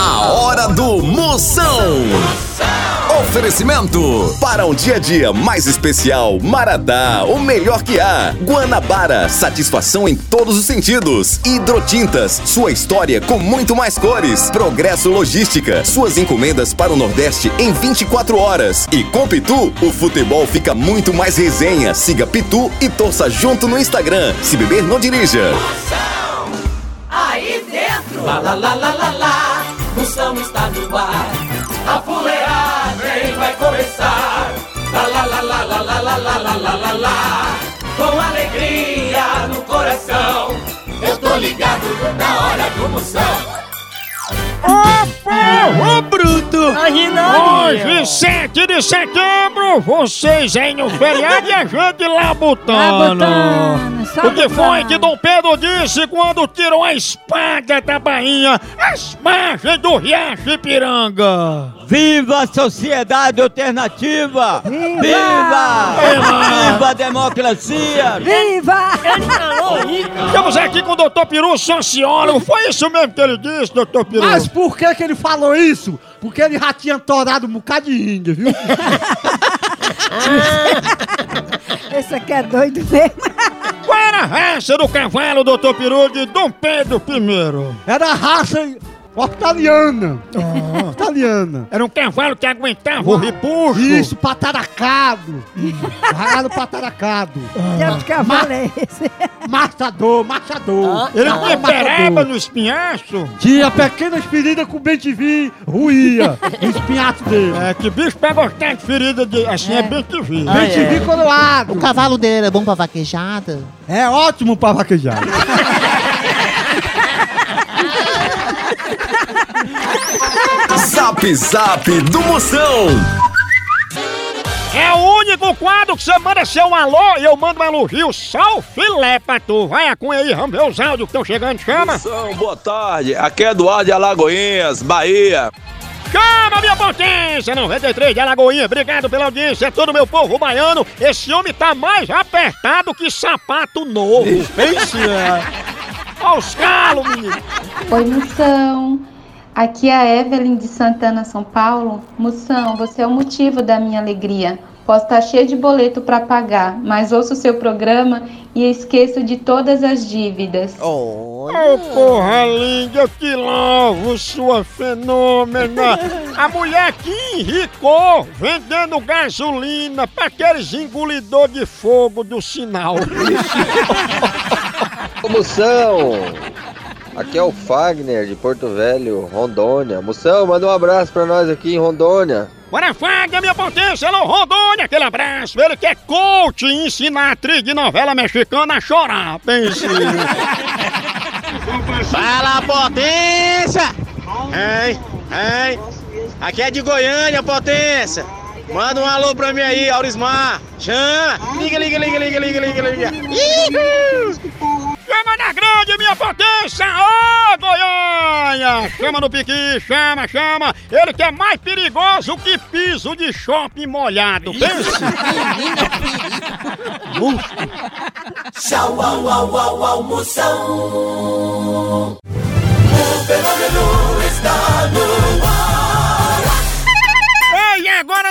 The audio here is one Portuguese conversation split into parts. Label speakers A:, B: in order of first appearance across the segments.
A: A hora do Moção. Oferecimento para um dia a dia mais especial, Maratá, o melhor que há. Guanabara, satisfação em todos os sentidos. Hidrotintas, sua história com muito mais cores. Progresso Logística, suas encomendas para o Nordeste em 24 horas. E com Pitu, o futebol fica muito mais resenha. Siga Pitu e torça junto no Instagram. Se beber, não dirija.
B: Aí dentro, lá lá lá lá lá lá, Moção está no ar. A fuleagem vai começar. Lá lá lá lá lá lá lá lá lá lá lá lá. Com alegria no coração, eu tô ligado na hora do Moção.
C: Ô bruto!
D: Hoje não.
C: Hoje, 7 de setembro, vocês aí no feriado e a gente lá botando.
D: Labutando, só
C: O que foi
D: labutando.
C: que Dom Pedro disse quando tirou a espada da Bahia, as margens do Riacho Ipiranga?
E: Viva a sociedade alternativa!
D: Viva!
E: Viva! Viva a democracia!
D: Viva!
C: Estamos aqui com o doutor Peru, sociólogo. Foi isso mesmo que ele disse, doutor Peru?
F: Mas por que que ele falou isso? Porque ele já tinha torado um bocado de índio, viu?
D: Esse aqui é doido mesmo.
C: Qual era a raça do cavalo, doutor Peru, de Dom Pedro I?
F: Era raça australiana.
C: Ah.
F: Australiana.
C: Era um cavalo que aguentava o repuxo.
F: Isso, pataracado. Ralado pataracado.
D: Já te cavalei esse.
F: Machador,
G: Ah,
F: machador.
C: Ele tinha pereba
F: é um matador.
C: no espinhaço?
F: Tinha pequenas feridas com o Bentivim ruía no espinhaço dele.
C: É, que bicho pra gostar de ferida de, assim é, bem que vi.
F: Bentivim coroado.
G: é. O cavalo dele era bom pra vaquejada?
F: É ótimo pra vaquejar.
A: Zap Zap do Moção.
C: É o único quadro que você manda seu alô e eu mando um elogio só o filé pra tu. Vai a cunha aí, vamos ver os áudios que estão chegando, chama.
H: Moção, boa tarde. Aqui é Eduardo de Alagoinhas, Bahia.
C: Chama, minha potência! 93 de Alagoinha, obrigado pela audiência, É todo meu povo baiano. Esse homem tá mais apertado que sapato novo. Pense, Olha os calos, menino.
I: Oi, Moção. Aqui é a Evelyn de Santana, São Paulo. Moção, você é o motivo da minha alegria. Posso estar cheio de boleto para pagar, mas ouço o seu programa e esqueço de todas as dívidas.
C: Ô, porra linda, eu te louvo, sua fenômena! A mulher que enricou vendendo gasolina pra aqueles engolidor de fogo do sinal.
J: Moção! Aqui é o Fagner de Porto Velho, Rondônia. Moção, manda um abraço pra nós aqui em Rondônia.
C: Bora, Faga, minha potência, alô, Rondônia, aquele abraço. Ele que é coach e ensina a atriz de novela mexicana a chorar, pense.
E: Fala, potência! Hein? Hein? Aqui é de Goiânia, potência! Manda um alô pra mim aí, Aurismar! Chama! Liga, liga, liga, liga, liga, liga, liga!
C: Chama na grande, minha potência! Ô, Goiânia! Chama no piqui, chama, chama! Ele que é mais perigoso que piso de shopping molhado, pense!
B: Tchau, au, au, au, au, Moção. O fenômeno está no ar.
C: Ei, e agora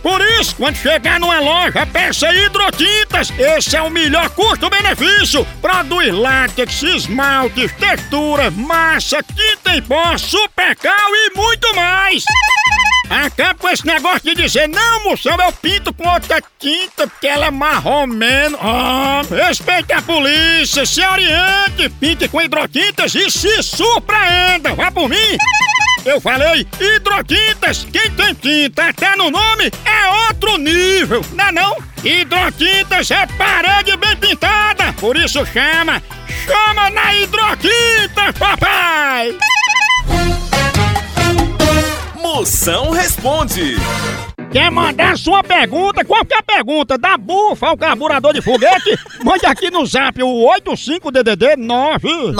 C: Por isso, quando chegar numa loja, peça hidrotintas. Esse é o melhor custo-benefício. Produz látex, esmaltes, texturas, massa, tinta em pó, supercal e muito mais. Acaba com esse negócio de dizer, não, moção, eu pinto com outra tinta porque ela é marromeno. Ah, respeite a polícia, se oriente, pinte com hidrotintas e se surpreenda. Vá por mim. Eu falei hidroquintas. Quem tem tinta até no nome é outro nível, não é não? Hidroquintas é parede bem pintada, por isso chama. Chama na hidroquinta, papai!
A: Moção responde.
C: Quer mandar sua pergunta, qualquer pergunta, da bufa ao carburador de foguete, mande aqui no zap o 85DDD 9.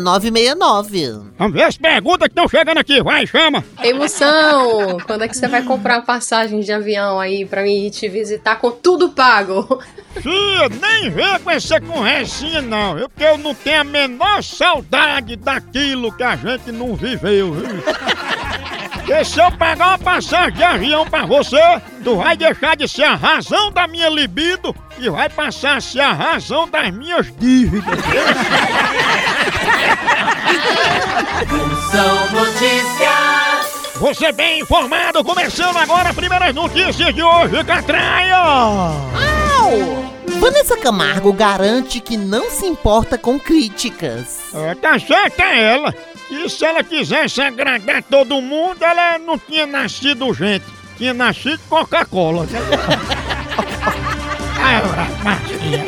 G: 9984-6969.
C: Vamos ver as perguntas que estão chegando aqui, vai, chama.
K: Ei, Moção, quando é que você vai comprar uma passagem de avião aí pra mim ir te visitar com tudo pago?
C: Fia, nem vê com essa conversinha não, viu? porque eu não tenho a menor saudade daquilo que a gente não viveu. Viu? Porque se eu pagar uma passagem de avião pra você, tu vai deixar de ser a razão da minha libido e vai passar a ser a razão das minhas dívidas.
B: São notícias.
C: Você bem informado, começando agora as primeiras notícias de hoje, Catraia!
G: Vanessa Camargo garante que não se importa com críticas.
C: É, tá certa ela. E se ela quisesse agradar todo mundo, ela não tinha nascido gente. Tinha nascido Coca-Cola. né? Ah, Marcinha.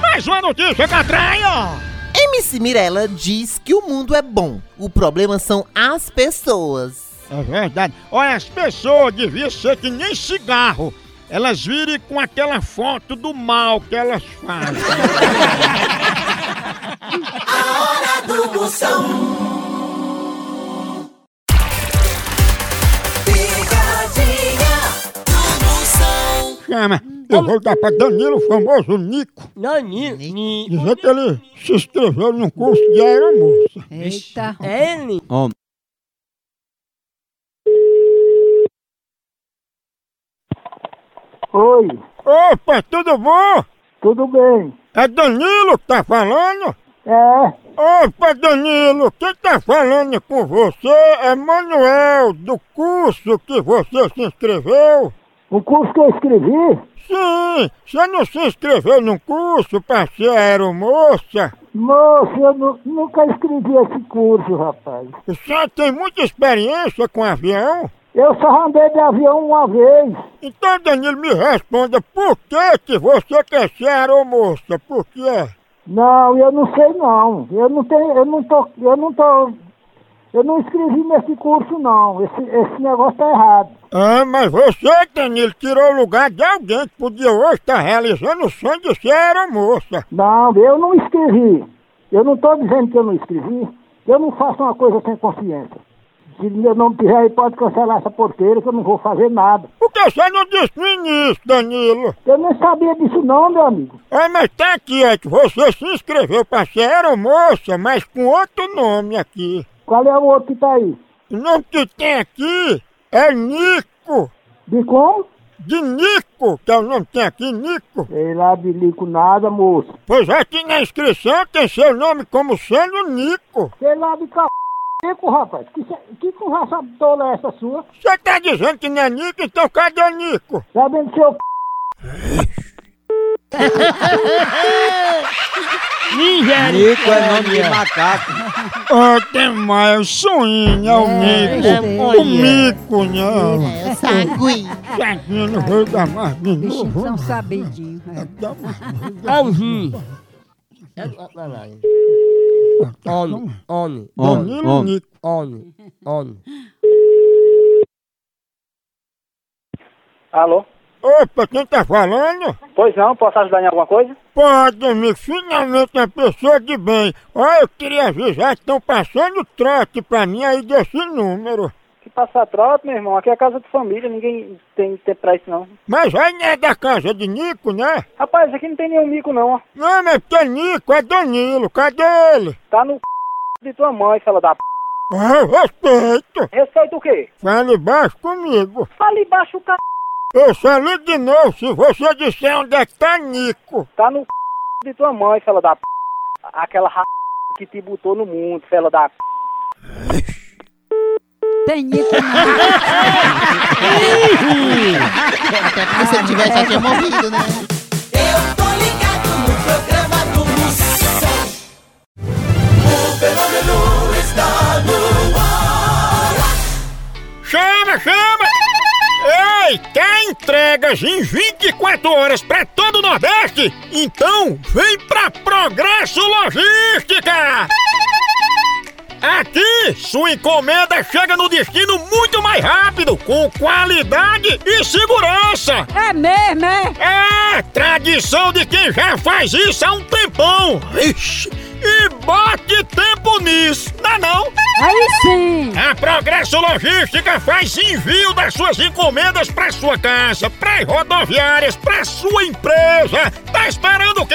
C: Mais uma notícia, Catraia!
G: MC Mirella diz que o mundo é bom, o problema são as pessoas.
C: É verdade. Olha, as pessoas deviam ser que nem cigarro. Elas virem com aquela foto do mal que elas fazem.
B: Hora do Moção. Picadinha do Moção.
C: Chama. Eu vou dar pra Danilo, o famoso Nico.
L: Naninho, ni-
C: Dizer que ele se inscreveu num curso de aeromoça.
D: Eita.
L: ele.
C: Oi. Opa, tudo bom? Tudo bem. É Danilo que tá falando? É. Opa, Danilo, quem tá falando com você é Manuel, do curso que você se inscreveu. O curso que eu escrevi? Sim, você não se inscreveu num curso para ser aeromoça?
M: Moço, eu nu- nunca escrevi esse curso, rapaz.
C: O senhor tem muita experiência com avião?
M: Eu só andei de avião uma vez.
C: Então, Danilo, me responda, por que que você quer ser aeromoça? Por quê?
M: Não, eu não sei não. Eu não tenho, eu não tô, eu não tô, eu não escrevi nesse curso não. Esse, esse negócio tá errado.
C: Ah, mas você, Danilo, tirou o lugar de alguém que podia hoje estar realizando o sonho de ser aeromoça.
M: Não, eu não escrevi. Eu não tô dizendo que eu não escrevi. Eu não faço uma coisa sem consciência. Se meu nome tiver aí, pode cancelar essa porteira que eu não vou fazer nada.
C: Por que você não disse no início, Danilo?
M: Eu nem sabia disso não, meu amigo.
C: Ah, mas tá aqui, é que você se inscreveu pra ser aeromoça, mas com outro nome aqui.
M: Qual é o outro que tá aí?
C: O nome que tem aqui é Nico.
M: De como?
C: De Nico, que é o nome que tem aqui, Nico.
M: Sei lá, bilico nada, moço.
C: Pois é, aqui na inscrição tem seu nome como sendo Nico.
M: Sei lá de c... Nico, rapaz. Que, se- que conversa tola é essa sua?
C: Você tá dizendo que não é Nico, então cadê o Nico?
M: Tá vendo seu c...
C: Nigéria.
L: Nico é nome de macaco.
C: Ah, tem mais, o suinho, é o mico.
G: é
C: o
G: olha.
C: mico, não.
G: É, eu sagui.
C: Tadinho, veio da mais de
D: Bichinho
C: novo.
D: são sabidinho. é.
C: Da Marvin,
L: Alvin. Homem, homem,
C: Danilo Nico.
L: homem, homem.
N: Alô?
C: Opa, quem tá falando?
N: Pois não, posso ajudar em alguma coisa?
C: Pode, amigo, finalmente uma pessoa de bem. Olha, eu queria avisar que estão passando trote pra mim aí desse número.
N: Que passar trote, meu irmão. Aqui é casa de família, ninguém tem tempo pra isso, não.
C: Mas aí não é da casa de Nico, né?
N: Rapaz, aqui não tem nenhum mico, não. ó.
C: Não, mas porque é Nico, é Danilo, cadê ele?
N: Tá no c... de tua mãe, fala da p...
C: Ah, respeito.
N: Respeita o quê?
C: Fale baixo comigo.
N: Fala embaixo o c...
C: Eu só ligo de novo se você disser onde é que tá Nico.
N: Tá no c... de tua mãe, fala da p... Aquela ra... que te botou no mundo, fala da p...
D: Tem Nico não.
G: Até porque se eu tivesse, eu tinha morrido, né?
B: Eu tô ligado no programa do Moção. O fenômeno está no ar.
C: Chama, chama! Ei, quer entregas em 24 horas pra todo o Nordeste? Então vem pra Progresso Logística! Aqui, sua encomenda chega no destino muito mais rápido, com qualidade e segurança. É mesmo, é? É, tradição de quem já faz isso há um tempão. Ixi, e bote tempo nisso, dá não? Aí sim! A Progresso Logística faz envio das suas encomendas pra sua casa, pras rodoviárias, pra sua empresa. Tá esperando o quê?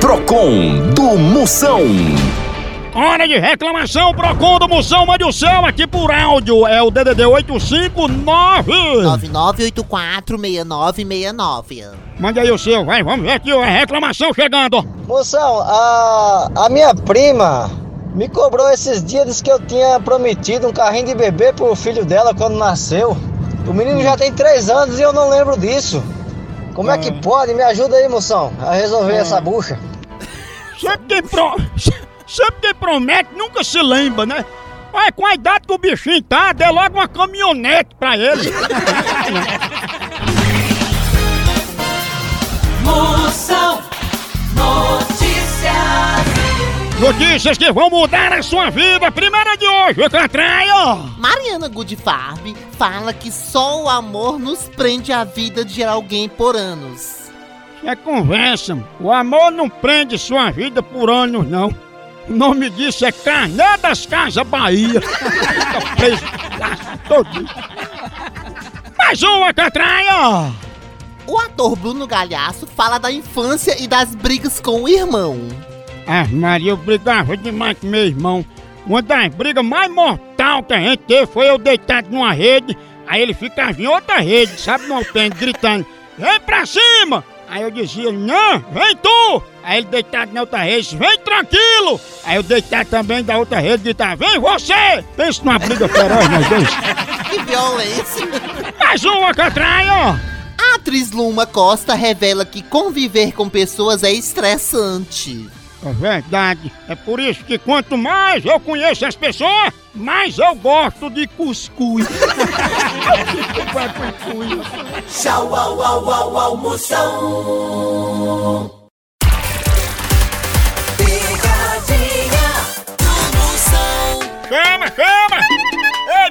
A: Procon do Moção.
C: Hora de reclamação, Procon do Moção, mande o seu aqui por áudio. É o DDD 859.
G: 99846969.
C: Mande aí o seu, vai, vamos ver aqui ó, a reclamação chegando.
O: Moção, a, a minha prima me cobrou esses dias, disse que eu tinha prometido um carrinho de bebê pro filho dela quando nasceu. O menino já tem três anos e eu não lembro disso. Como é que pode? Me ajuda aí, moção, a resolver essa bucha.
C: Sempre quem, pro... Sempre quem promete nunca se lembra, né? Olha, com a idade que o bichinho tá, dê logo uma caminhonete pra ele.
B: Moção Notícias.
C: Notícias que vão mudar a sua vida. Primeira de hoje, Catraio.
G: Mariana Goodfarb fala que só o amor nos prende à vida de alguém por anos.
C: É conversa, mano. o amor não prende sua vida por anos, não. O nome disso é Carnê das Casas Bahia. Fica preso todinho. Mais uma, Catraia!
G: O ator Bruno Galhaço fala da infância e das brigas com o irmão.
C: Ah, Maria, eu brigava demais com meu irmão. Uma das brigas mais mortal que a gente teve foi eu deitado numa rede, aí ele ficava em outra rede, sabe, no alpendre, gritando, vem pra cima! Aí eu dizia, não, vem tu! Aí ele deitado na outra rede, vem tranquilo! Aí eu deitado também da outra rede, gritava, vem você! Pensa numa briga feroz, nós dois.
G: Que violência!
C: Mais uma, Catraia!
G: A atriz Luma Costa revela que conviver com pessoas é estressante.
C: É verdade. É por isso que quanto mais eu conheço as pessoas, mais eu gosto de cuscuz.
B: Tchau, au, au, au, au, moção. Picadinha do moção.
C: Chama, chama! Ei,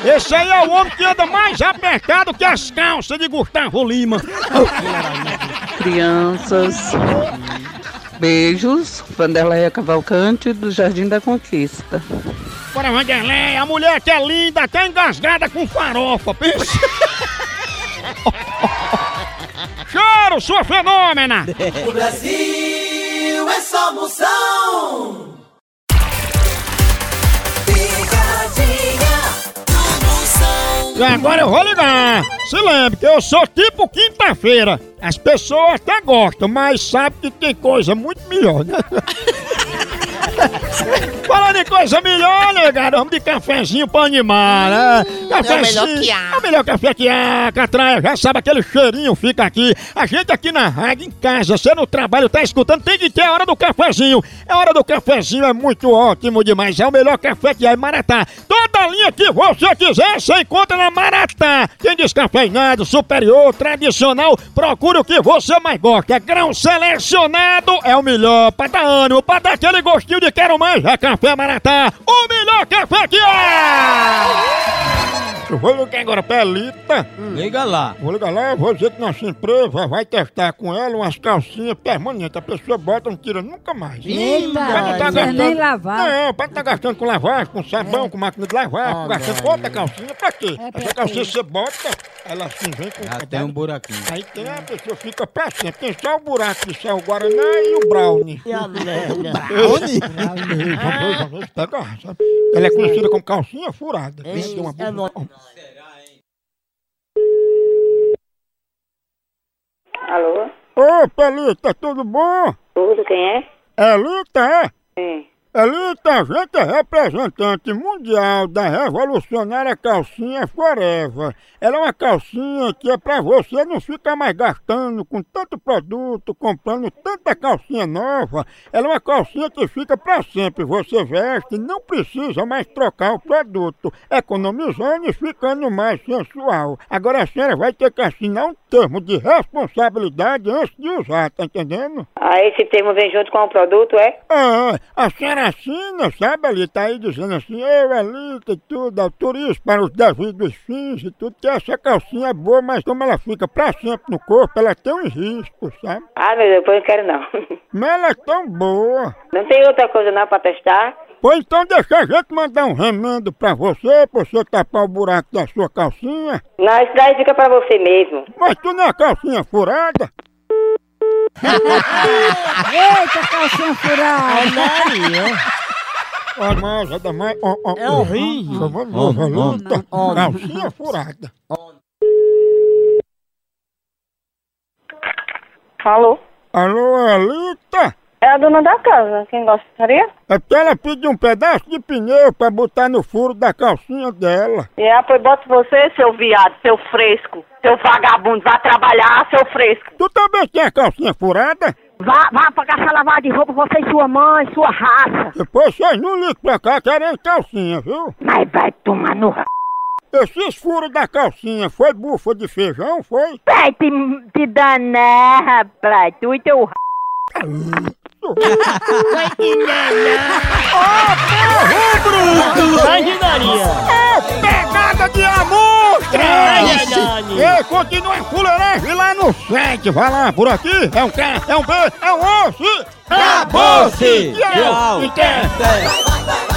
C: Esse aí é o homem que anda mais apertado que as calças de Gustavo Lima.
P: Crianças. Beijos, Vanderleia Cavalcante, do Jardim da Conquista.
C: Bora, Vanderlei, a mulher que é linda, até engasgada com farofa, pensa. Choro, sua fenômena!
B: O Brasil é só moção. Picadinha do Moção.
C: E agora eu vou ligar. Se lembre que eu sou tipo quinta-feira. As pessoas até gostam, mas sabe que tem coisa muito melhor, né? Falando em coisa melhor, negado, vamos de cafezinho pra animar, né?
B: é o melhor que há.
C: É o melhor café que há, Catraia. Já sabe, aquele cheirinho fica aqui. A gente aqui na rádio, em casa, você no trabalho, tá escutando, tem que ter a hora do cafezinho. A hora do cafezinho é muito ótimo demais. É o melhor café que há em Maratá. Toda linha que você quiser, você encontra na Maratá. Quem descafeinado, superior, tradicional, procure o que você mais gosta. É Grão selecionado é o melhor pra dar ânimo, pra dar aquele gostinho de quero mais. É Café Maratá, o melhor café que é! Eu vou ligar agora pra Elita. Liga lá. Vou ligar lá, vou dizer que nossa empresa vai testar com ela umas calcinhas permanentes. A pessoa bota, não tira nunca mais. tá
B: Eita,
C: Pode
D: tá
B: não precisa nem lavar.
C: É,
B: É. Oh,
C: Não, pode estar gastando com lavagem, com sabão, com máquina de lavar, com gastando com outra calcinha. Pra quê? Essa calcinha você bota, ela assim vem com
L: Já
C: cuidado.
L: tem um buraquinho.
C: Aí tem, a pessoa fica pra sempre. Tem só o buraco que sai o Guaraná e o Brownie. E a
D: É.
C: merda.
B: Brownie?
C: Pega, tá sabe? Ela é conhecida como calcinha furada. Tem uma boca-
Q: Alô?
C: Ô, Pelita, tudo bom?
Q: Tudo, quem é?
C: Elita, é?
Q: Sim.
C: Elita, a gente é representante mundial da revolucionária calcinha Forever. Ela é uma calcinha que é pra você não ficar mais gastando com tanto produto, comprando tanta calcinha nova. Ela é uma calcinha que fica pra sempre. Você veste e não precisa mais trocar o produto, economizando e ficando mais sensual. Agora a senhora vai ter que assinar um termo de responsabilidade antes de usar, tá entendendo?
Q: Ah, esse termo vem junto com o produto, é?
C: Ah, a senhora assina, sabe? Ali tá aí dizendo assim, eu, Elita e tudo, autorizo para os devidos fins e tudo, que essa calcinha é boa, mas como ela fica pra sempre no corpo, ela tem uns riscos, sabe?
Q: Ah, meu Deus, depois eu não quero não.
C: Mas ela é tão boa.
Q: Não tem outra coisa não pra testar?
C: Pois então deixa a gente mandar um remendo pra você, pra você tapar o buraco da sua calcinha.
Q: Não, isso daí fica pra você mesmo.
C: Mas tu não é calcinha furada?
B: Eita, calcinha furada!
C: Ó, Ah, mas, ó, mas, ó, ó,
B: É horrível.
C: Ó, vamos, ó,
B: Ó,
C: Elita,
B: ó, ó.
C: Calcinha furada.
Q: Alô?
C: Alô, Elita?
Q: É a dona da casa, quem gostaria?
C: É porque ela pediu um pedaço de pneu pra botar no furo da calcinha dela.
Q: E aí, pois bota você, seu viado, seu fresco, seu vagabundo, vá trabalhar, seu fresco.
C: Tu também tem a calcinha furada?
Q: Vá, vá pra casa lavar de roupa, você e sua mãe, sua raça.
C: Depois vocês não ligam pra cá querendo calcinha, viu?
Q: Mas vai tomar no r...
C: Esses furos da calcinha foi bufa de feijão, foi?
Q: Vai te, te danar, rapaz, tu e teu r...
B: Vai te danar! Ô, burro! Vai de
C: É pegada de amostra!
B: Ai, ai, ai.
C: Ei, continua a fuleiragem lá no site, vai lá por aqui, é um K, é um B, é um osso!
B: Acabou-se!
C: Tchau!
B: Tchau.
C: E tchau.
B: Vai, vai, vai, vai.